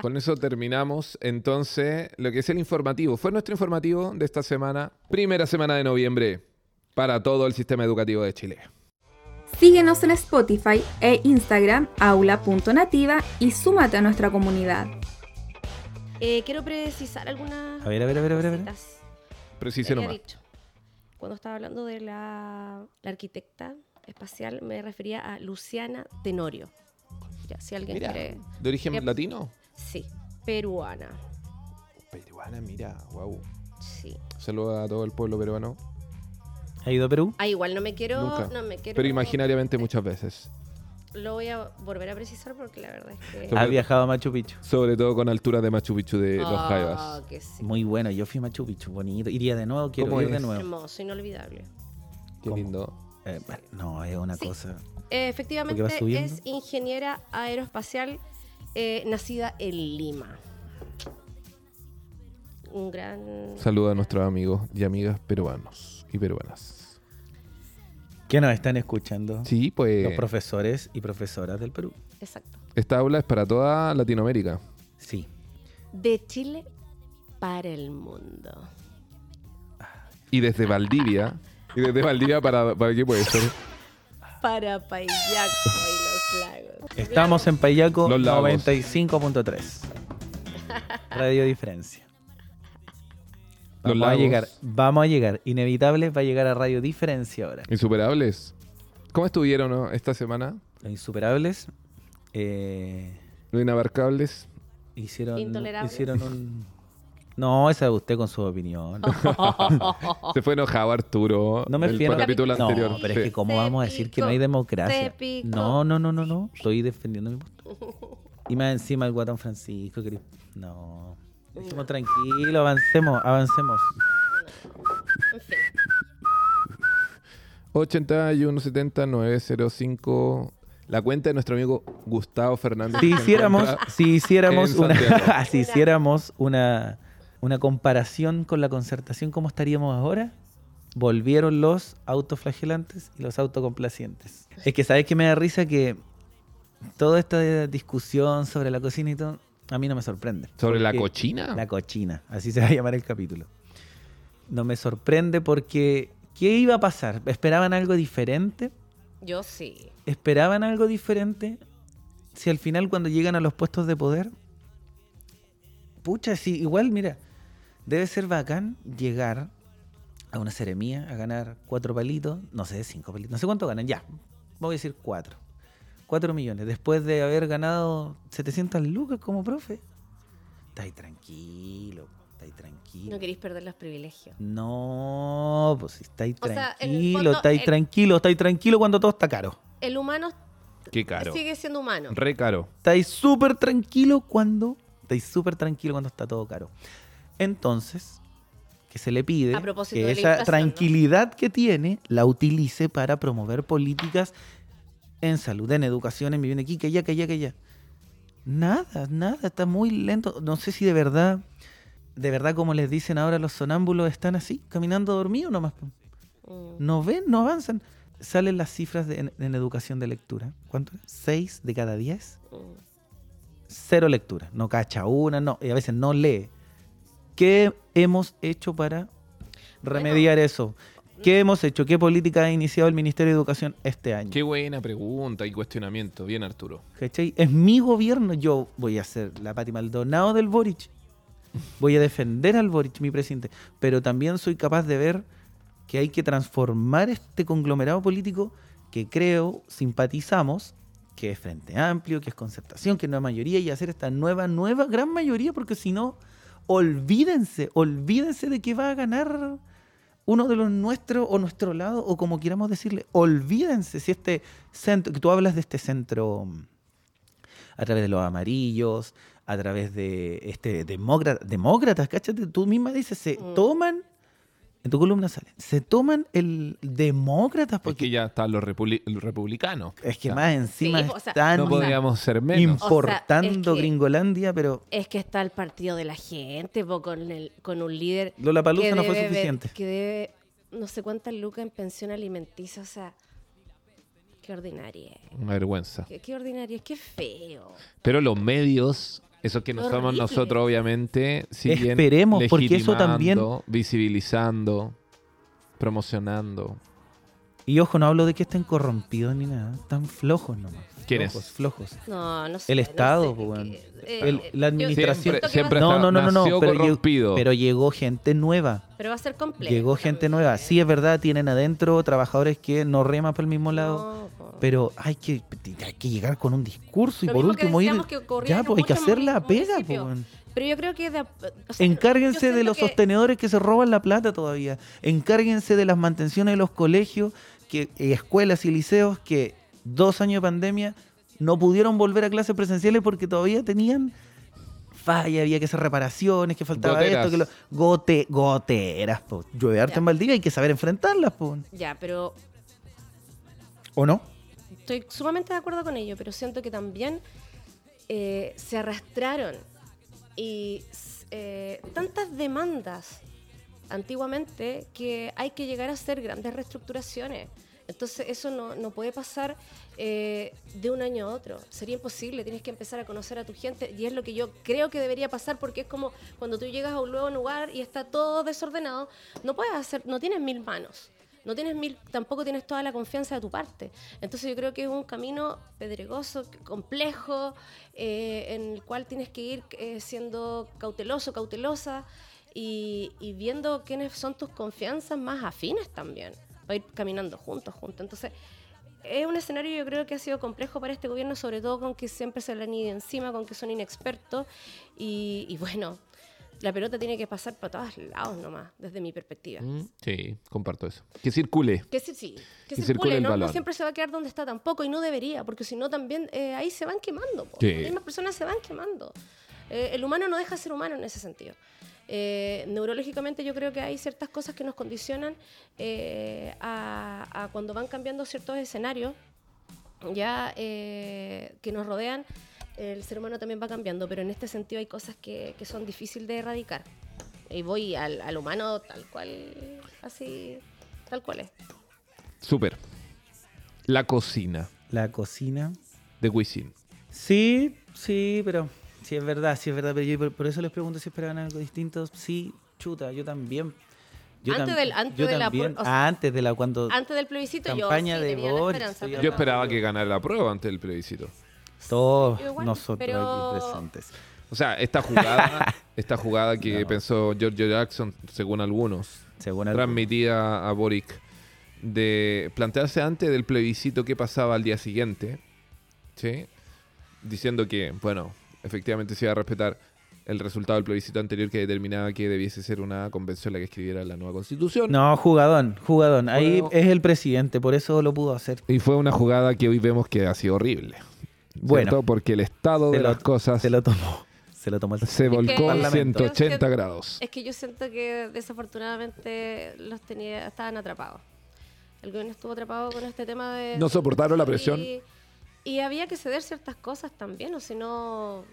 Speaker 2: Con eso terminamos entonces lo que es el informativo. Fue nuestro informativo de esta semana, primera semana de noviembre, para todo el sistema educativo de Chile.
Speaker 4: Síguenos en Spotify e Instagram aula.nativa y súmate a nuestra comunidad.
Speaker 3: Eh, quiero precisar algunas
Speaker 1: A ver, a ver, a ver, a ver. A ver.
Speaker 3: cositas.
Speaker 2: Precise
Speaker 3: había
Speaker 2: nomás.
Speaker 3: dicho. Cuando estaba hablando de la, la arquitecta espacial, me refería a Luciana Tenorio. Ya, si alguien
Speaker 2: Mira,
Speaker 3: quiere.
Speaker 2: de origen
Speaker 3: Yep.
Speaker 2: latino.
Speaker 3: Sí, peruana.
Speaker 2: Peruana, ah, mira, wow.
Speaker 3: Sí.
Speaker 2: Saluda a todo el pueblo peruano.
Speaker 1: ¿Ha ido a Perú?
Speaker 3: Ah, igual no me quiero.
Speaker 2: Nunca.
Speaker 3: No me quiero.
Speaker 2: Pero imaginariamente muchas veces.
Speaker 3: Lo voy a volver a precisar porque la verdad es que.
Speaker 2: Sobre-
Speaker 1: ¿Ha viajado a Machu Picchu?
Speaker 2: Sobre todo con altura de Machu Picchu de los
Speaker 3: Ah,
Speaker 2: Jaivas.
Speaker 3: que sí.
Speaker 1: Muy bueno, yo fui a Machu Picchu, bonito. Iría de nuevo, quiero
Speaker 2: ¿Cómo
Speaker 1: ir de
Speaker 2: es?
Speaker 1: nuevo.
Speaker 3: Hermoso, inolvidable.
Speaker 2: Qué
Speaker 1: ¿Cómo?
Speaker 2: lindo.
Speaker 1: Eh, bueno, no, es una
Speaker 3: Sí.
Speaker 1: cosa.
Speaker 3: Eh, efectivamente
Speaker 1: Porque va subiendo.
Speaker 3: es ingeniera aeroespacial eh, nacida en Lima. Un gran...
Speaker 2: Saluda a nuestros amigos y amigas peruanos y peruanas.
Speaker 1: ¿Qué nos están escuchando?
Speaker 2: Sí, pues.
Speaker 1: Los profesores y profesoras del Perú.
Speaker 3: Exacto.
Speaker 2: Esta aula es para toda Latinoamérica.
Speaker 1: Sí.
Speaker 3: De Chile para el mundo.
Speaker 2: y desde Valdivia. Y desde Valdivia para, para qué puede ser.
Speaker 3: Para Payaco y los lagos.
Speaker 1: Estamos en Payaco
Speaker 2: Los lagos.
Speaker 1: 95.3. Radio Diferencia.
Speaker 2: Los
Speaker 1: Vamos a
Speaker 2: lagos.
Speaker 1: llegar, vamos a llegar. Inevitable va a llegar a Radio Diferencia ahora.
Speaker 2: Insuperables. ¿Cómo estuvieron no, esta semana?
Speaker 1: Los insuperables eh,
Speaker 2: Los inabarcables.
Speaker 1: hicieron,
Speaker 3: Intolerables.
Speaker 1: hicieron un. No, esa es usted con su opinión.
Speaker 2: Se fue enojado Arturo.
Speaker 1: No me
Speaker 2: del
Speaker 1: fierro.
Speaker 2: capítulo
Speaker 1: no,
Speaker 2: anterior.
Speaker 1: pero
Speaker 2: Sí.
Speaker 1: es que cómo
Speaker 3: Se
Speaker 1: vamos a decir que no hay
Speaker 3: picó,
Speaker 1: democracia.
Speaker 3: se picó.
Speaker 1: No, no, no, no, no. Estoy defendiendo mi puesto. Y más encima el guatón Francisco. que- No. Dejemos tranquilo, avancemos, avancemos.
Speaker 3: En fin.
Speaker 2: 8170-905. La cuenta de nuestro amigo Gustavo Fernández.
Speaker 1: Si
Speaker 2: que
Speaker 1: hiciéramos,
Speaker 2: encuentra-
Speaker 1: si hiciéramos
Speaker 2: en Santiago.
Speaker 1: una, si hiciéramos una, una comparación con la concertación, ¿cómo estaríamos ahora? Volvieron los autoflagelantes y los autocomplacientes. Es que sabes que me da risa que toda esta discusión sobre la cocina y todo, a mí no me sorprende.
Speaker 2: ¿Sobre la
Speaker 1: Porque-
Speaker 2: cochina?
Speaker 1: La cochina, así se va a llamar el capítulo. No me sorprende porque ¿qué iba a pasar? ¿Esperaban algo diferente?
Speaker 3: Yo sí.
Speaker 1: ¿Esperaban algo diferente? Si al final cuando llegan a los puestos de poder, pucha, sí, igual, mira, debe ser bacán llegar a una ceremonia a ganar cuatro palitos, no sé, cinco palitos, no sé cuánto ganan, ya, voy a decir cuatro. Cuatro millones, después de haber ganado 700 lucas como profe. Está ahí tranquilo, está ahí tranquilo.
Speaker 3: No queréis perder los privilegios.
Speaker 1: No, pues estáis
Speaker 3: O sea, en el
Speaker 1: tranquilo,
Speaker 3: fondo,
Speaker 1: estáis
Speaker 3: el-
Speaker 1: tranquilo, estáis tranquilo cuando todo está caro.
Speaker 3: El humano
Speaker 2: Qué caro.
Speaker 3: sigue siendo humano.
Speaker 2: Re caro.
Speaker 1: Estáis súper tranquilo cuando. Estáis súper tranquilo cuando está todo caro. Entonces, que se le pide
Speaker 3: A propósito
Speaker 1: que
Speaker 3: de la
Speaker 1: esa
Speaker 3: inflación,
Speaker 1: tranquilidad que tiene la utilice para promover políticas en salud, en educación, en vivienda aquí, que allá, que allá, que allá. Nada, nada, está muy lento. No sé si de verdad, de verdad, como les dicen ahora, los sonámbulos están así, caminando dormidos nomás. po.
Speaker 3: Mm.
Speaker 1: No ven, no avanzan. Salen las cifras de- en, en educación de lectura. ¿Cuánto? era? ¿Seis de cada diez?
Speaker 3: Mm.
Speaker 1: cero lectura. No cacha una, no, y a veces no lee. ¿Qué hemos hecho para remediar eso? ¿Qué hemos hecho? ¿Qué política ha iniciado el Ministerio de Educación este año?
Speaker 2: Qué buena pregunta y cuestionamiento. Bien, Arturo.
Speaker 1: ¿Cachai? Es mi gobierno, yo voy a ser la Pati Maldonado del Boric. Voy a defender al Boric, mi presidente. Pero también soy capaz de ver que hay que transformar este conglomerado político que creo simpatizamos, que es Frente Amplio, que es Concertación, que es Nueva Mayoría, y hacer esta nueva, nueva, gran mayoría, porque si no, olvídense, olvídense de que va a ganar uno de los nuestros o nuestro lado, o como queramos decirle, olvídense si este centro, que tú hablas de este centro mm, a través de los amarillos, a través de este demócrata, demócratas, cáchate, tú misma dices, se
Speaker 3: Mm.
Speaker 1: toman, en tu columna sale, se toman el demócratas
Speaker 2: Porque
Speaker 1: porque
Speaker 2: ya están los, repuli- los republicanos.
Speaker 1: es que
Speaker 2: Ya.
Speaker 1: más encima
Speaker 3: Sí, o sea,
Speaker 1: están
Speaker 2: No podíamos ser menos.
Speaker 1: importando
Speaker 3: O sea, es que-
Speaker 1: Gringolandia, pero
Speaker 3: Es que está el partido de la gente, po, con, el, con un líder.
Speaker 1: Lola Palusa
Speaker 3: que
Speaker 1: no fue
Speaker 3: debe-
Speaker 1: suficiente.
Speaker 3: Que debe no sé cuántas lucas en pensión alimenticia, o sea. Qué ordinaria.
Speaker 2: Una vergüenza.
Speaker 3: Qué, qué ordinaria, qué feo.
Speaker 2: Pero los medios, esos que no somos
Speaker 3: Horrible.
Speaker 2: nosotros, obviamente, siguen
Speaker 1: Esperemos, porque eso también-
Speaker 2: legitimando, visibilizando, promocionando.
Speaker 1: Y ojo, no hablo de que estén corrompidos ni nada, están flojos nomás.
Speaker 2: ¿Quiénes?
Speaker 1: Flojos, flojos.
Speaker 3: No, no sé.
Speaker 1: El
Speaker 3: no
Speaker 1: Estado,
Speaker 3: sé,
Speaker 1: po,
Speaker 3: es
Speaker 1: weón.
Speaker 3: que-
Speaker 1: El-
Speaker 3: eh,
Speaker 1: la
Speaker 3: yo-
Speaker 1: administración-
Speaker 3: siento que
Speaker 2: Siempre- siempre
Speaker 3: va a
Speaker 1: No,
Speaker 2: está-
Speaker 3: ser-
Speaker 1: no, no, no, no,
Speaker 2: nació
Speaker 1: pero, llegó,
Speaker 2: corrompido.
Speaker 1: pero llegó gente nueva.
Speaker 3: Pero va a ser complejo.
Speaker 1: Llegó gente
Speaker 3: también.
Speaker 1: nueva. Sí, es verdad, tienen adentro trabajadores que no reman por el mismo lado.
Speaker 3: No, po.
Speaker 1: Pero hay que, hay que llegar con un discurso y
Speaker 3: Lo
Speaker 1: por
Speaker 3: mismo que
Speaker 1: último ir.
Speaker 3: decíamos que ocurría
Speaker 1: ya,
Speaker 3: en
Speaker 1: pues hay que
Speaker 3: muchos
Speaker 1: hacer la
Speaker 3: municipios.
Speaker 1: pega, pues. weón.
Speaker 3: Pero yo creo que. de a- o sea, yo
Speaker 1: Encárguense
Speaker 3: siento
Speaker 1: de los
Speaker 3: que-
Speaker 1: sostenedores que se roban la plata todavía. Encárguense de las mantenciones de los colegios, que, y escuelas y liceos que dos años de pandemia no pudieron volver a clases presenciales porque todavía tenían falla, había que hacer reparaciones, que faltaba
Speaker 2: Goteras.
Speaker 1: esto, que lo, gote, goteras, po. llueve harto
Speaker 3: Ya.
Speaker 1: en Valdivia, hay que saber enfrentarlas, po.
Speaker 3: Ya, pero
Speaker 1: ¿o no?
Speaker 3: Estoy sumamente de acuerdo con ello, pero siento que también eh, se arrastraron y s- eh, tantas demandas antiguamente que hay que llegar a hacer grandes reestructuraciones. Entonces eso no, no puede pasar eh, de un año a otro. Sería imposible, tienes que empezar a conocer a tu gente y es lo que yo creo que debería pasar porque es como cuando tú llegas a un nuevo lugar y está todo desordenado, no puedes hacer, no tienes mil manos. No tienes mil, tampoco tienes toda la confianza de tu parte. Entonces yo creo que es un camino pedregoso, complejo, eh, en el cual tienes que ir eh, siendo cauteloso, cautelosa y, y viendo quiénes son tus confianzas más afines también, para ir caminando juntos, juntos. Entonces, es un escenario yo creo que ha sido complejo para este gobierno, sobre todo con que siempre se le han ido encima, con que son inexpertos y, y bueno, la pelota tiene que pasar para todos lados nomás, desde mi perspectiva.
Speaker 2: Mm, Sí, comparto eso. Que circule.
Speaker 3: Que sí, sí, que
Speaker 2: Y
Speaker 3: circule,
Speaker 2: circule el
Speaker 3: ¿no? No
Speaker 2: balón.
Speaker 3: siempre se va a quedar donde está tampoco y no debería, porque si no también eh, ahí se van quemando. po.
Speaker 2: Sí.
Speaker 3: Las mismas personas se van quemando. Eh, el humano no deja de ser humano en ese sentido. Eh, neurológicamente yo creo que hay ciertas cosas que nos condicionan eh, a, a cuando van cambiando ciertos escenarios ya eh, que nos rodean, el ser humano también va cambiando, pero en este sentido hay cosas que, que son difíciles de erradicar. Y voy al, al humano tal cual, así, tal cual es.
Speaker 2: Súper. La cocina
Speaker 1: La cocina.
Speaker 2: de Wisin.
Speaker 1: Sí, sí, pero sí es verdad, sí es verdad. Pero yo por, por eso les pregunto si esperaban algo distinto. Sí, chuta, yo también. Yo
Speaker 3: Antes
Speaker 1: tam-
Speaker 3: del- antes
Speaker 1: yo
Speaker 3: de la
Speaker 1: también-
Speaker 3: por- o sea,
Speaker 1: ah, antes de la cuando
Speaker 3: Antes del plebiscito
Speaker 1: Campaña
Speaker 3: yo
Speaker 1: de
Speaker 3: sí, tenía la
Speaker 1: Boris,
Speaker 3: esperanza,
Speaker 1: sí,
Speaker 3: pero-
Speaker 2: Yo esperaba que ganara la prueba antes del plebiscito.
Speaker 1: todos
Speaker 3: Yo igual,
Speaker 1: nosotros
Speaker 3: pero-
Speaker 1: aquí presentes.
Speaker 2: O sea, esta jugada, esta jugada que pensó Giorgio Jackson, según algunos,
Speaker 1: Según algo-
Speaker 2: transmitida a Boric, de plantearse antes del plebiscito qué pasaba al día siguiente, ¿sí? diciendo que, bueno, efectivamente se iba a respetar el resultado del plebiscito anterior que determinaba que debiese ser una convención la que escribiera la nueva constitución.
Speaker 1: No, jugadón, jugadón. Ahí
Speaker 2: Juego.
Speaker 1: es el presidente, por eso lo pudo hacer.
Speaker 2: Y fue una jugada que hoy vemos que ha sido horrible.
Speaker 1: Bueno.
Speaker 2: ¿cierto? porque el estado
Speaker 1: Se
Speaker 2: de
Speaker 1: lo-
Speaker 2: las cosas
Speaker 1: Se lo tomó. Se lo tomó el
Speaker 2: se volcó
Speaker 1: Parlamento.
Speaker 2: 180 grados.
Speaker 3: Es que yo siento que desafortunadamente los tenía, estaban atrapados. El gobierno estuvo atrapado con este tema de...
Speaker 2: No soportaron la presión.
Speaker 3: Y, y había que ceder ciertas cosas también, o si no,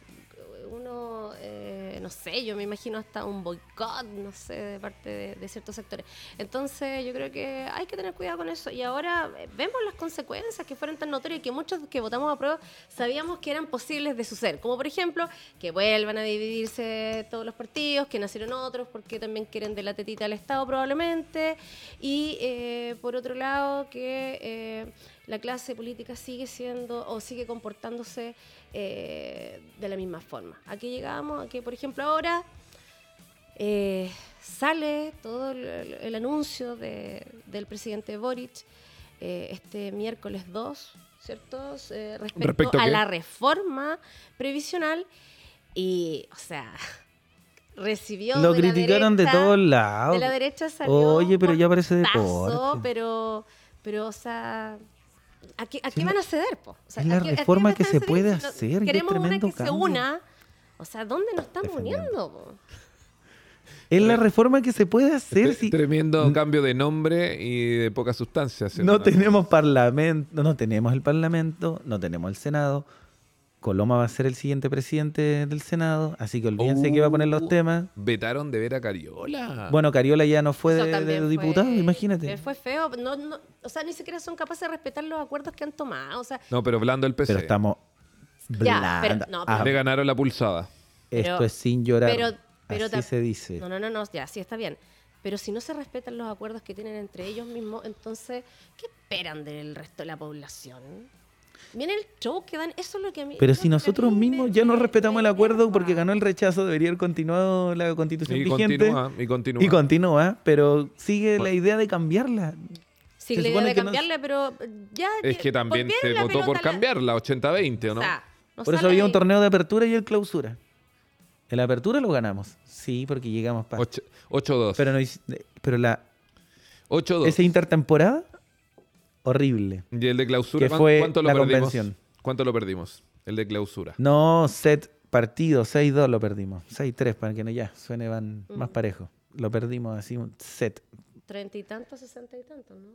Speaker 3: uno, eh, no sé, yo me imagino hasta un boicot, no sé, de parte de, de ciertos sectores. Entonces yo creo que hay que tener cuidado con eso. Y ahora eh, vemos las consecuencias que fueron tan notorias y que muchos que votamos a prueba sabíamos que eran posibles de suceder. Como por ejemplo, que vuelvan a dividirse todos los partidos, que nacieron otros, porque también quieren de la tetita al Estado probablemente. Y eh, por otro lado, que... eh, la clase política sigue siendo o sigue comportándose eh, de la misma forma. Aquí llegamos a que, por ejemplo, ahora eh, sale todo el, el- el anuncio de- del presidente Boric eh, este miércoles 2, ¿cierto? Eh, respecto,
Speaker 2: ¿Respecto a
Speaker 3: a
Speaker 2: qué?
Speaker 3: la reforma previsional y, o sea, recibió...
Speaker 1: Lo
Speaker 3: de la
Speaker 1: criticaron de
Speaker 3: derecha-
Speaker 1: todos lados.
Speaker 3: de la derecha salió.
Speaker 1: Oye, pero
Speaker 3: un
Speaker 1: ya parece
Speaker 3: portazo,
Speaker 1: deporte.
Speaker 3: Pero, pero, o sea. ¿A qué, a qué
Speaker 1: no-
Speaker 3: van a ceder? Po? O sea,
Speaker 1: es la
Speaker 3: ¿a qué- a qué
Speaker 1: reforma
Speaker 3: van a
Speaker 1: que se
Speaker 3: ceder?
Speaker 1: puede
Speaker 3: Si no-
Speaker 1: hacer, y es
Speaker 3: Queremos una
Speaker 1: tremendo
Speaker 3: que se
Speaker 1: cambio.
Speaker 3: una. O sea, ¿dónde nos estamos
Speaker 1: Defendiendo.
Speaker 3: uniendo? po?
Speaker 1: Es la reforma que se puede hacer
Speaker 2: Tre-
Speaker 1: si
Speaker 2: Tremendo cambio de nombre y de poca sustancia. ¿sí?
Speaker 1: no tenemos parlamento, no tenemos el parlamento, no tenemos el Senado. Coloma va a ser el siguiente presidente del Senado, así que olvídense que va a poner los
Speaker 2: Uh, Ah.
Speaker 1: temas.
Speaker 2: Vetaron de ver a Cariola.
Speaker 1: Bueno, Cariola ya no fue
Speaker 3: Eso
Speaker 1: de, de
Speaker 3: también fue-
Speaker 1: diputado, imagínate.
Speaker 3: eh, Fue feo. No, no, o sea, ni siquiera son capaces de respetar los acuerdos que han tomado. O sea,
Speaker 2: no, pero blando el PC.
Speaker 1: Pero estamos
Speaker 3: Ya, pero-
Speaker 1: blanda.
Speaker 3: no,
Speaker 1: Ah,
Speaker 2: Le ganaron la pulsada.
Speaker 1: esto
Speaker 3: pero-
Speaker 1: es sin llorar.
Speaker 3: pero- pero
Speaker 1: así
Speaker 3: tam-
Speaker 1: se dice.
Speaker 3: No, no, no, no, ya, sí está bien. Pero si no se respetan los acuerdos que tienen entre ellos mismos, entonces, ¿qué esperan del resto de la población? Viene el show que dan, eso es lo que a mí.
Speaker 1: Pero
Speaker 3: lo que
Speaker 1: si
Speaker 3: a
Speaker 1: nosotros
Speaker 3: mí me-
Speaker 1: mismos ya no
Speaker 3: me-
Speaker 1: respetamos
Speaker 3: me
Speaker 1: el acuerdo
Speaker 3: enerva.
Speaker 1: porque ganó el rechazo, debería haber continuado la constitución
Speaker 2: Y
Speaker 1: vigente.
Speaker 2: continúa, y continúa.
Speaker 1: Y continúa, pero sigue la idea de cambiarla.
Speaker 3: Sí,
Speaker 1: se
Speaker 3: la idea
Speaker 1: supone
Speaker 3: de
Speaker 1: que no-
Speaker 3: cambiarla, pero ya.
Speaker 2: es que también se
Speaker 3: volvieron la
Speaker 2: votó por
Speaker 3: pelota a la-
Speaker 2: cambiarla, 80-20, ¿o ¿no?
Speaker 3: O sea, no
Speaker 1: Por eso
Speaker 3: sale
Speaker 1: había un
Speaker 3: ahí.
Speaker 1: torneo de apertura y el clausura. El apertura lo ganamos. Sí, porque llegamos para.
Speaker 2: Ocho- 8-2.
Speaker 1: Pero, no, hic- pero la,
Speaker 2: 8-2.
Speaker 1: esa intertemporada, horrible.
Speaker 2: Y el de clausura,
Speaker 1: que
Speaker 2: ¿cuán-
Speaker 1: fue
Speaker 2: ¿cuánto lo
Speaker 1: la
Speaker 2: perdimos?
Speaker 1: convención.
Speaker 2: ¿Cuánto lo perdimos? El de clausura.
Speaker 1: No, set partido, 6-2 lo perdimos. 6-3, para que no ya suene van
Speaker 3: Mm.
Speaker 1: más parejo. Lo perdimos así, un set
Speaker 3: Treinta y tantos, sesenta y tantos, ¿no?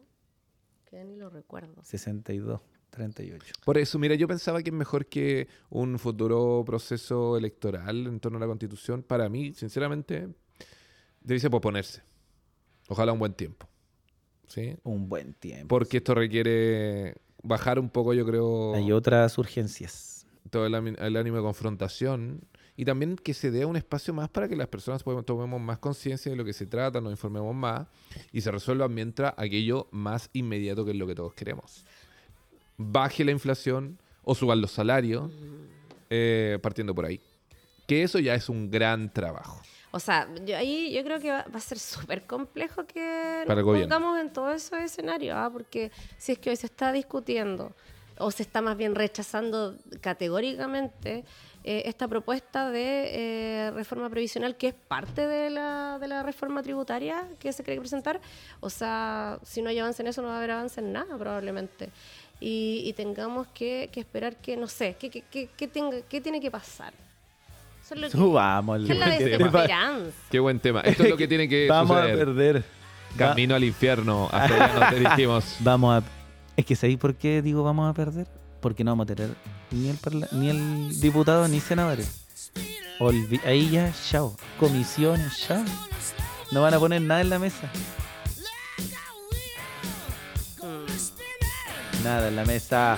Speaker 3: Que ya ni lo recuerdo.
Speaker 1: 62, 38.
Speaker 2: Por eso, mira, yo pensaba que es mejor que un futuro proceso electoral en torno a la constitución, para mí, sinceramente, debiese posponerse. Ojalá un buen tiempo. ¿sí?
Speaker 1: Un buen tiempo.
Speaker 2: Porque esto requiere bajar un poco, yo creo,
Speaker 1: Hay otras urgencias.
Speaker 2: todo el, ami- el ánimo de confrontación. Y también que se dé un espacio más para que las personas podemos- tomemos más conciencia de lo que se trata, nos informemos más y se resuelva mientras aquello más inmediato que es lo que todos queremos. Baje la inflación o suban los salarios, eh, partiendo por ahí. Que eso ya es un gran trabajo.
Speaker 3: O sea, yo ahí yo creo que va, va a ser súper complejo que
Speaker 2: Para el
Speaker 3: nos
Speaker 2: gobierno.
Speaker 3: pongamos en todos esos escenarios, ¿ah? porque si es que hoy se está discutiendo o se está más bien rechazando categóricamente eh, esta propuesta de eh, reforma previsional que es parte de la, de la reforma tributaria que se cree que presentar, o sea, si no hay avance en eso no va a haber avance en nada probablemente. Y, y tengamos que, que esperar que, no sé, que, que, que, que tenga, ¿qué tiene que pasar? Eso es lo que-
Speaker 1: Subamos el
Speaker 3: ¿Qué es la
Speaker 2: Buen tema.
Speaker 3: desesperanza?
Speaker 2: Qué buen tema. Esto es lo que tiene que
Speaker 1: Vamos a
Speaker 2: suceder.
Speaker 1: perder. Va-
Speaker 2: Camino al infierno. Hasta allá nos dirigimos.
Speaker 1: vamos a. Es que ¿sabéis por qué digo vamos a perder? Porque no vamos a tener ni el, parla- ni el diputado ni senadores. Olvi- Ahí ya, chao. Comisión, chao. No van a poner nada en la mesa. Nada en la mesa.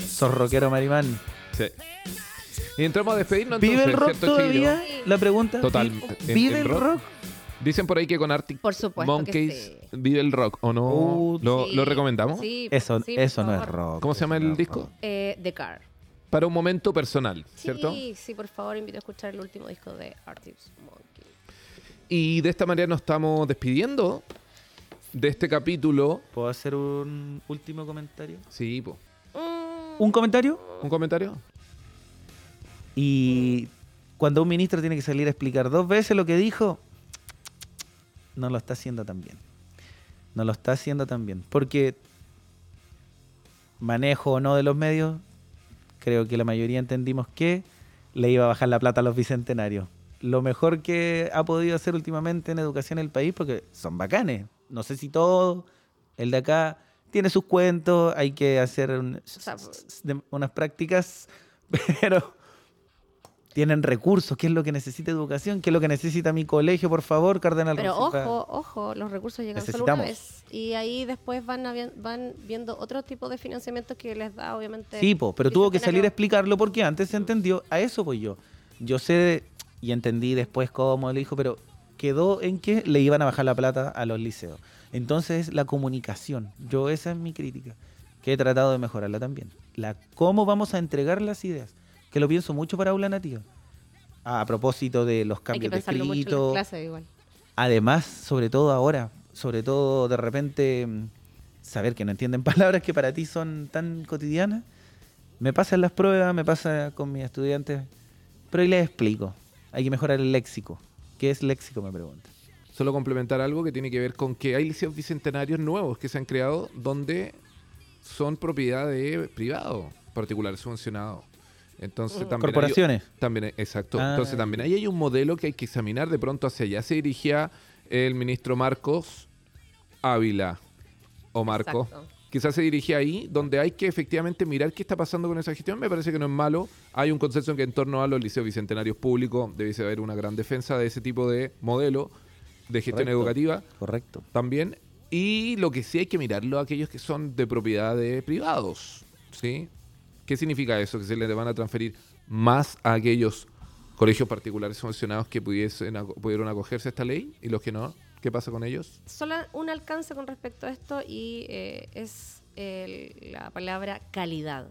Speaker 1: Zorroquero Marimán.
Speaker 2: Sí. Y entramos a despedirnos.
Speaker 1: ¿Vive el rock
Speaker 2: entonces, ¿cierto,
Speaker 1: todavía? La pregunta.
Speaker 2: Total.
Speaker 1: ¿vi-
Speaker 2: ¿En-
Speaker 1: ¿Vive
Speaker 2: en
Speaker 1: el
Speaker 2: rock?
Speaker 1: rock?
Speaker 2: chiquillo? Dicen por ahí que con Arctic
Speaker 3: Por supuesto que
Speaker 2: Monkeys
Speaker 3: sí.
Speaker 2: vive el rock, ¿o no?
Speaker 1: Uh,
Speaker 2: ¿Lo,
Speaker 3: Sí,
Speaker 2: lo recomendamos?
Speaker 3: sí,
Speaker 1: Eso,
Speaker 3: sí, por
Speaker 1: eso no es
Speaker 3: favor.
Speaker 1: rock.
Speaker 2: ¿Cómo se llama
Speaker 1: eso no
Speaker 2: el
Speaker 1: es
Speaker 2: disco?
Speaker 1: rock.
Speaker 3: Eh, The Car.
Speaker 2: Para un momento personal,
Speaker 3: Sí,
Speaker 2: ¿cierto?
Speaker 3: sí, por favor, invito a escuchar el último disco de Artist Monkey.
Speaker 2: Y de esta manera nos estamos despidiendo de este capítulo.
Speaker 1: ¿Puedo hacer un último comentario?
Speaker 2: Sí, po.
Speaker 3: Mm,
Speaker 1: ¿Un comentario?
Speaker 2: ¿un comentario?
Speaker 1: Y cuando un ministro tiene que salir a explicar dos veces lo que dijo, no lo está haciendo tan bien. No lo está haciendo tan bien. Porque manejo o no de los medios, creo que la mayoría entendimos que le iba a bajar la plata a los bicentenarios. Lo mejor que ha podido hacer últimamente en educación el país, porque son bacanes. No sé si todo el de acá tiene sus cuentos, hay que hacer un-
Speaker 3: sea,
Speaker 1: de- unas prácticas, pero tienen recursos, qué es lo que necesita educación, qué es lo que necesita mi colegio, por favor, Cardenal
Speaker 3: pero
Speaker 1: Rosenthal.
Speaker 3: ojo, ojo, los recursos llegan solo una
Speaker 1: Necesitamos.
Speaker 3: vez. Y ahí después van, habi- van viendo otro tipo de financiamiento que les da, obviamente.
Speaker 1: Sí, po, pero tuvo que
Speaker 3: Bicentenario.
Speaker 1: salir a explicarlo porque antes se entendió. A eso voy yo. Yo sé y entendí después cómo le dijo, pero quedó en que le iban a bajar la plata a los liceos. Entonces, la comunicación. Yo, esa es mi crítica. Que he tratado de mejorarla también. La cómo vamos a entregar las ideas. Que lo pienso mucho para aula nativa. Ah, A propósito de los
Speaker 3: Hay que
Speaker 1: cambios de
Speaker 3: pensarlo mucho en
Speaker 1: escrito.
Speaker 3: las clases igual.
Speaker 1: Además, sobre todo ahora, sobre todo de repente mm, saber que no entienden palabras que para ti son tan cotidianas, me pasa en las pruebas, me pasa con mis estudiantes, pero ahí les explico. Hay que mejorar el léxico. ¿Qué es léxico? Me preguntan.
Speaker 2: Solo complementar algo que tiene que ver con que hay liceos bicentenarios nuevos que se han creado donde son propiedad de privado, particular subvencionado. Entonces,
Speaker 3: Mm.
Speaker 2: también hay-
Speaker 1: Corporaciones.
Speaker 2: También, exacto.
Speaker 1: Ah.
Speaker 2: Entonces también ahí hay un modelo que hay que examinar de pronto hacia allá. Se dirigía el ministro Marcos Ávila o Marco.
Speaker 3: Exacto.
Speaker 2: Quizás se dirigía ahí, donde hay que efectivamente mirar qué está pasando con esa gestión. Me parece que no es malo. Hay un consenso en que en torno a los liceos bicentenarios públicos debiese haber una gran defensa de ese tipo de modelo de gestión
Speaker 1: Correcto.
Speaker 2: educativa
Speaker 1: Correcto.
Speaker 2: también. Y lo que sí hay que mirarlo a aquellos que son de propiedad de privados. ¿sí? ¿Qué significa eso? Que se les van a transferir más a aquellos colegios particulares subvencionados que pudiesen aco- pudieron acogerse a esta ley y los que no. ¿Qué pasa con ellos?
Speaker 3: Solo un alcance con respecto a esto y eh, es el- la palabra calidad.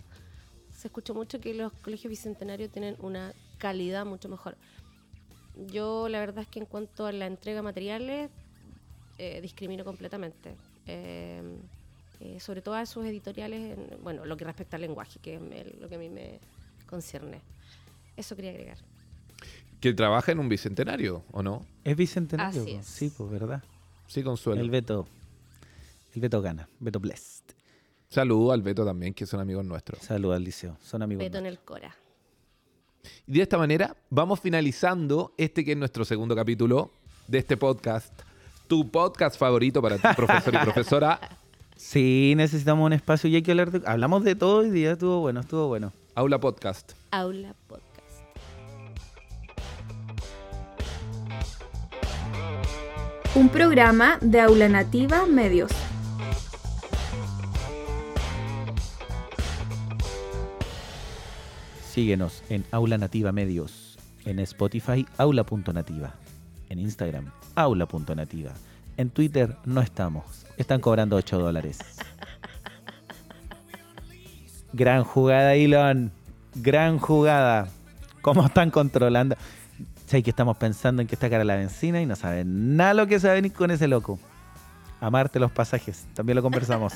Speaker 3: Se escuchó mucho que los colegios bicentenarios tienen una calidad mucho mejor. Yo la verdad es que en cuanto a la entrega de materiales, eh, discrimino completamente. Eh, eh, sobre todo a sus editoriales, en- bueno, lo que respecta al lenguaje, que es el- lo que a mí me concierne. Eso quería agregar.
Speaker 2: Que trabaja en un bicentenario, ¿o no?
Speaker 1: Es bicentenario.
Speaker 3: Así
Speaker 1: po.
Speaker 3: es.
Speaker 1: Sí, pues, ¿verdad?
Speaker 2: Sí, Consuelo.
Speaker 1: El Beto. El Beto gana. Beto Blessed.
Speaker 2: Saludo al Beto también, que son amigos nuestros.
Speaker 1: Saludos al liceo. Son amigos.
Speaker 3: Beto en
Speaker 1: nuestros.
Speaker 3: el Cora.
Speaker 2: Y de esta manera vamos finalizando este que es nuestro segundo capítulo de este podcast. Tu podcast favorito para ti, profesor y profesora.
Speaker 1: Sí, necesitamos un espacio y hay que hablar de... Hablamos de todo hoy día. Estuvo bueno, estuvo bueno.
Speaker 2: Aula Podcast.
Speaker 3: Aula Podcast.
Speaker 4: un programa de Aula Nativa Medios.
Speaker 1: Síguenos en Aula Nativa Medios, en Spotify Aula.nativa, en Instagram Aula.nativa, en Twitter no estamos, están cobrando 8 dólares. Gran jugada, Elon, gran jugada. ¿Cómo están controlando? Sé que estamos pensando en que está cara la benzina y no saben nada lo que se va a venir con ese loco. Amarte los pasajes, también lo conversamos.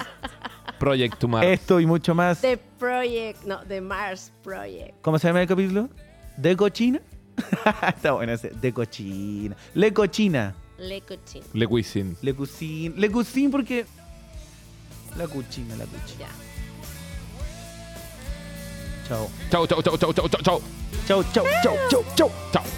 Speaker 2: Project to Mars.
Speaker 1: Esto y mucho más.
Speaker 3: The Project, no, The Mars Project.
Speaker 1: ¿Cómo se llama el capítulo? ¿De cochina? Está bueno ese. De cochina. Le cochina.
Speaker 3: Le Cochín.
Speaker 2: Le Cuisine.
Speaker 1: Le cucine. Le cucine porque... La cuchina, la cuchina.
Speaker 3: Ya.
Speaker 1: Chao.
Speaker 2: Chau, chau, chau, chau, chau, chau, chau.
Speaker 1: Chao, chao, chao, chao, chao.
Speaker 2: Chau.